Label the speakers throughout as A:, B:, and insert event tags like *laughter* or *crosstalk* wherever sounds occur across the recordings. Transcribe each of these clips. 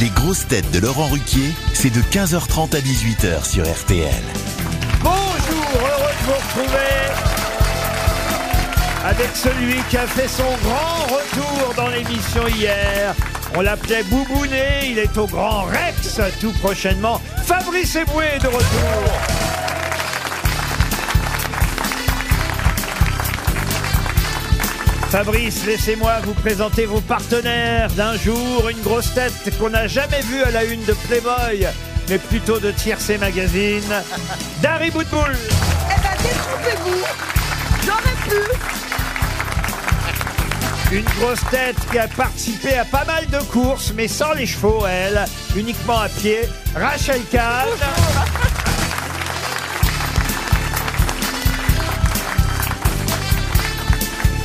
A: Les grosses têtes de Laurent Ruquier, c'est de 15h30 à 18h sur RTL.
B: Bonjour, heureux de vous retrouver avec celui qui a fait son grand retour dans l'émission hier. On l'appelait Boubounet, il est au Grand Rex tout prochainement. Fabrice Eboué est de retour. Fabrice, laissez-moi vous présenter vos partenaires d'un jour, une grosse tête qu'on n'a jamais vue à la une de Playboy, mais plutôt de Tiercé Magazine. Dari Boutboul
C: Eh ben, détrompez-vous J'aurais pu
B: Une grosse tête qui a participé à pas mal de courses, mais sans les chevaux, elle, uniquement à pied, Rachel Kahn.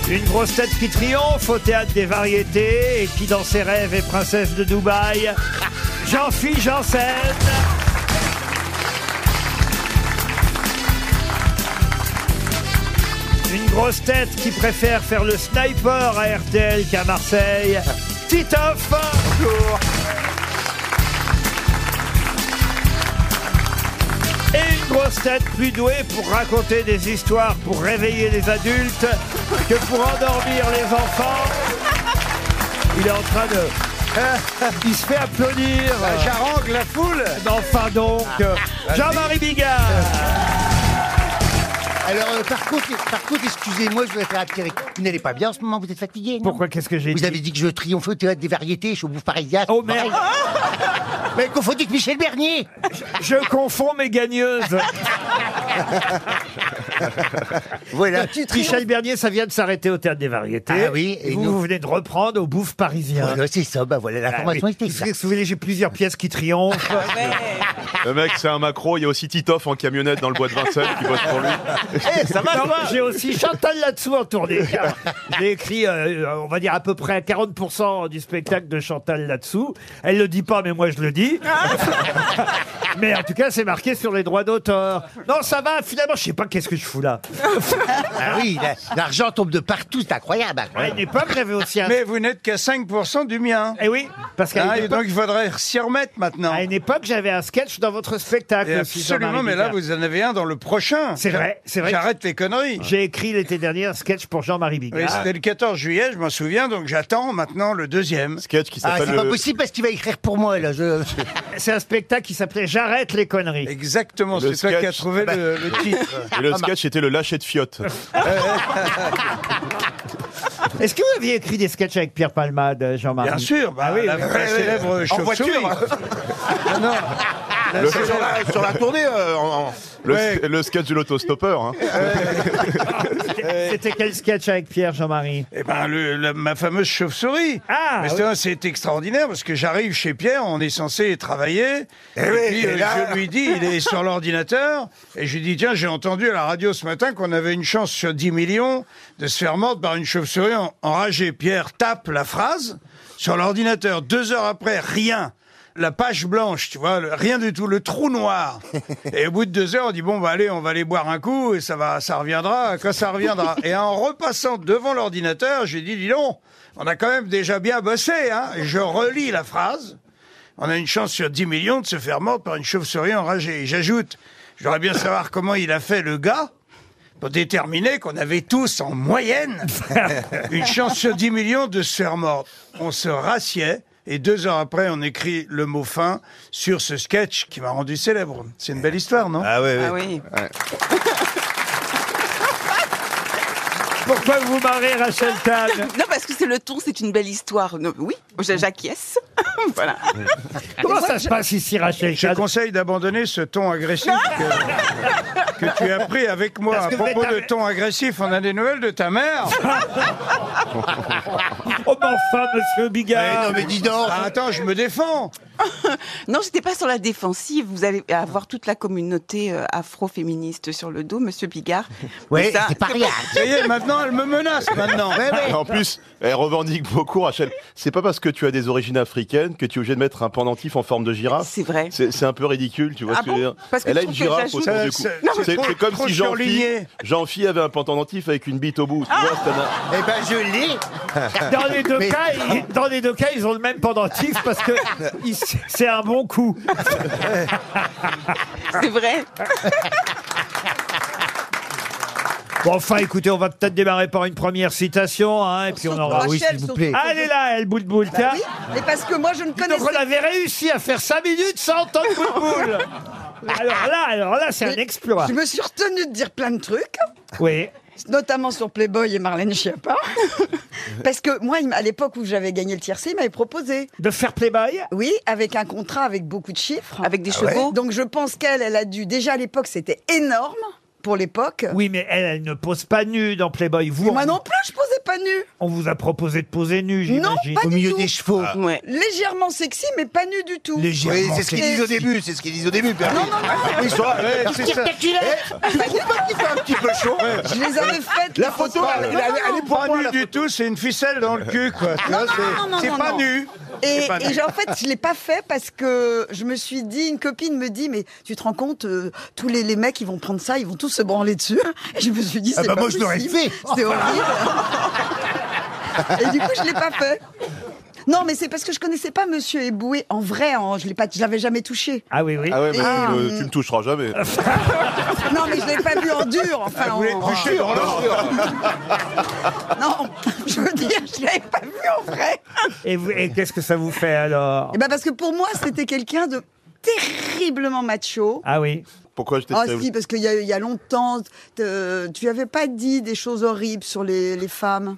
B: Une grosse tête qui triomphe au théâtre des variétés et qui, dans ses rêves, est princesse de Dubaï, Jean-Philippe Janssen. Une grosse tête qui préfère faire le sniper à RTL qu'à Marseille. Titoff Bonjour Et une grosse tête plus douée pour raconter des histoires pour réveiller les adultes que pour endormir les enfants. Il est en train de... Il se fait applaudir.
D: Charangue, la foule
B: Enfin donc, Jean-Marie Bigard
D: Alors, euh, par contre, par contre excusez-moi, je vais faire attirer. Vous n'allez pas bien en ce moment, vous êtes fatigué non
B: Pourquoi qu'est-ce que j'ai
D: Vous
B: dit
D: avez dit que je triomphe au théâtre des variétés, je suis au bouffe parisien.
B: Oh merde
D: Mais confondez que Michel Bernier
B: Je confonds mes gagneuses.
D: Voilà.
B: Michel Bernier, ça vient de s'arrêter au Théâtre des Variétés.
D: Ah oui,
B: et
D: et
B: vous,
D: nous-
B: vous venez de reprendre au Bouffe Parisien.
D: Voilà, c'est ça, bah voilà, la
B: Ah,
D: formation
B: mais-
D: était
B: parce
D: ça.
B: que, si vous voulez, j'ai plusieurs pièces qui
D: *laughs*
B: triomphent.
E: Le mec, c'est un macro. Il y a aussi Titoff en camionnette dans le bois de Vincennes qui bosse pour lui.
D: Eh,
B: ça va, J'ai aussi Chantal là-dessous en tournée.
D: *laughs*
B: J'ai écrit, euh, on va dire, à peu près 40% du spectacle de Chantal là-dessous. Elle le dit pas, mais moi, je le
D: *laughs*
B: dis. mais en tout cas, c'est marqué sur les droits d'auteur. Non, ça va, finalement, je sais pas qu'est-ce que je fous là.
D: Ah oui, la- l'argent tombe de partout, c'est incroyable. Ah, incroyable.
B: Elle n'est pas prévue aussi un...
F: Mais vous n'êtes qu'à 5% du mien.
B: Eh oui, parce qu'elle
F: Hein,
B: n'est
F: et donc il faudrait s'y remettre maintenant.
B: À une époque, j'avais un sketch dans votre spectacle.
F: Et
B: aussi, Jean-Marie
F: absolument, mais là
B: Bigard.
F: vous en avez un dans le prochain.
B: C'est vrai, c'est vrai.
F: J'arrête les conneries.
B: J'ai écrit l'été dernier un sketch pour Jean-Marie
F: Oui,
B: Bigard.
F: C'était le 14 juillet, je m'en souviens, donc j'attends maintenant le deuxième.
E: Sketch qui
D: Ah,
E: s'appelle
D: c'est pas
E: le-
D: possible parce qu'il va écrire pour moi, là. Je...
B: C'est un spectacle qui s'appelait J'arrête les conneries.
F: Exactement,
E: Le
F: c'est toi qui as
E: sketch. Bah.
F: trouvé le, le titre.
E: Et le sketch était le lâcher de fiotte.
B: Est-ce que vous aviez écrit des sketchs avec Pierre Palmade, euh, Jean-Marie
E: Ah
F: Bien sûr, bah, la, la
B: Ah,
F: célèbre chauve-souris. Ah non, la
E: Le,
F: célèbre-
E: tournée. le,
F: Ouais.
E: le sketch de l'autostoppeur. hein.
B: C'était- C'était quel sketch avec Pierre, Jean-Marie
F: Eh ben, le- la- ma fameuse chauve-souris.
B: Ah,
F: Mais c'est- c'est extraordinaire parce que j'arrive chez Pierre, on est censé travailler. Et,
D: Eh oui,
F: puis
D: et
F: euh,
D: là-
F: je lui dis, il est sur l'ordinateur, et je lui dis tiens, j'ai entendu à la radio ce matin qu'on avait une chance sur 10 millions de se faire mordre par une chauve-souris en- enragée. Pierre tape la phrase sur l'ordinateur. Deux heures après, rien. La page blanche, tu vois, le- rien du tout, le trou noir. Et au bout de deux heures, on dit bon, bah allez, on va aller boire un coup et ça va, ça reviendra quand ça reviendra. Et en repassant devant l'ordinateur, j'ai dit dis donc, on a quand même déjà bien bossé, hein. Je relis la phrase. On a une chance sur 10 millions de se faire mordre par une chauve-souris enragée. Et J'ajoute, j'aimerais bien savoir comment il a fait le gars pour déterminer qu'on avait tous en moyenne une chance sur 10 millions de se faire mordre. On se rassied et deux heures après, on écrit le mot fin sur ce sketch qui m'a rendu célèbre. C'est une belle histoire, non
C: Ah
B: Pourquoi vous vous marrez, Rachel
F: *laughs*
B: Kahn
C: Non, parce que c'est le ton, c'est une belle histoire. Non, oui, j'a- j'acquiesce. voilà.
B: Comment ça se passe ici, Rachel
F: Je te
B: Kahn
F: conseille d'abandonner ce ton agressif que, que tu as pris avec moi.
B: Parce
F: À
B: que vous
F: propos
B: êtes
F: de
B: un-
F: ton agressif, on a des nouvelles de ta mère.
B: Oh, mais enfin, monsieur
D: Eh
B: Bigard
D: non, mais dis donc
F: Ah, attends, je me défends.
C: Non, j'étais pas sur la défensive. Vous allez avoir toute la communauté euh, afro-féministe sur le dos, monsieur Bigard.
D: Ouais,
C: Mais ça,
D: c'est pas rien.
F: Ça y est, maintenant, elle me menace maintenant.
D: Ouais, ouais.
E: Et en plus, elle revendique beaucoup, Rachel. C'est pas parce que tu as des origines africaines africaine que tu es obligé de mettre un pendentif en forme de girafe.
C: C'est vrai.
E: C'est c'est un peu ridicule, tu vois
C: Ah
E: ce que je veux
C: bon
E: dire.
C: Parce que
E: Elle a
C: je
E: une
C: trouve que
E: girafe au
C: j'ajoute-
E: sens
F: Euh,
E: du cou.
F: c'est- non, mais
E: C'est
F: trop-
E: c'est comme
F: trop
E: si Jean-Phi
F: surligné.
E: Jean avait un pendentif avec une bite au bout. Tu vois, ça n'a-
D: Eh ben, je l'ai.
B: Dans les deux
D: Mais-
B: cas, ils, dans les deux cas, ils ont le même pendentif parce
F: *laughs*
B: que ils- c'est un bon coup.
C: C'est vrai.
B: Bon, enfin, écoutez, on va peut-être démarrer par une première citation, hein, et puis on aura.
D: oui, s'il vous plaît.
B: Ah, elle est là, elle, boule
F: Bah
B: boule. tiens.
G: Oui, Ah, mais parce que moi je ne
B: Dis
G: connais
B: Donc on avait réussi à faire 5 minutes sans
G: *laughs*
B: entendre boule boule. Alors là, alors là, c'est un exploit.
G: Je me suis retenue de dire plein de trucs,
B: Oui.
G: notamment sur Playboy et Marlène Schiappa. parce que moi, il m'a- à l'époque où j'avais gagné le tiercé, il m'avait proposé.
B: De faire play-by
G: Oui, avec un contrat avec beaucoup de chiffres.
C: Avec des chevaux.
G: Donc je pense qu'elle, elle a dû. Déjà à l'époque, c'était énorme pour l'époque.
B: Oui, mais elle, elle ne pose pas nue dans Playboy. Vous,
G: Moi
B: on,
G: non plus, je posais pas nu.
B: on vous a proposé de poser nue,
G: Non,
B: j'imagine.
G: pas
D: Au
G: du
D: milieu
G: tout.
D: des chevaux.
C: Ouais.
G: Légèrement sexy, mais pas nu du tout.
B: Légèrement.
H: Oui, c'est ce qu'ils
G: c'est-
H: disent au début, c'est ce qu'ils disent au début, Ah Pierre.
G: Non, non, non.
H: Ils sont là,
F: Ouais, c'est ça.
H: Eh, il fait un petit peu chaud.
G: Je les avais faites.
H: La
G: les
H: photo,
G: photos.
H: elle-
G: Non,
H: elle-
G: non,
H: elle
G: non.
H: est pour
F: Pas
H: moi,
F: nu
H: la
F: du tout, c'est une ficelle dans le cul, quoi. Tu vois,
G: non, non,
F: c'est-
G: non,
F: C'est pas
G: non.
F: nu.
G: Et,
F: C'est pas
G: et
F: nu.
G: j'ai- en fait, je l'ai pas fait parce que je me suis dit, une copine me dit, mais tu te rends compte, euh, tous les, les mecs, ils vont prendre ça, ils vont tous se branler dessus. Et je me suis dit, c'est
D: Ah bah
G: pas
D: moi, je l'aurais
G: possible.
D: fait.
G: C'est horrible. et du coup, je l'ai pas fait. Non, mais c'est parce que je connaissais pas Monsieur Eboué en vrai. En, je l'ai pas, je l'avais jamais touché.
B: Ah oui, oui.
E: Ah ouais, mais
G: Ah.
E: tu, me, tu me toucheras jamais.
G: Non, mais je l'ai pas vu en dur. Enfin,
D: Ah,
F: Vous voulez
G: en-
F: être couché dans l'eau
G: non, je veux dire, je l'avais pas vu en vrai.
B: Et, vous- et qu'est-ce que ça vous fait alors
G: Et ben parce que pour moi, c'était quelqu'un de terriblement macho.
B: Ah oui.
E: Pourquoi je t'ai
G: Ah si, parce qu'il y, a- il y a longtemps, te- tu avais pas dit des choses horribles sur les, les femmes.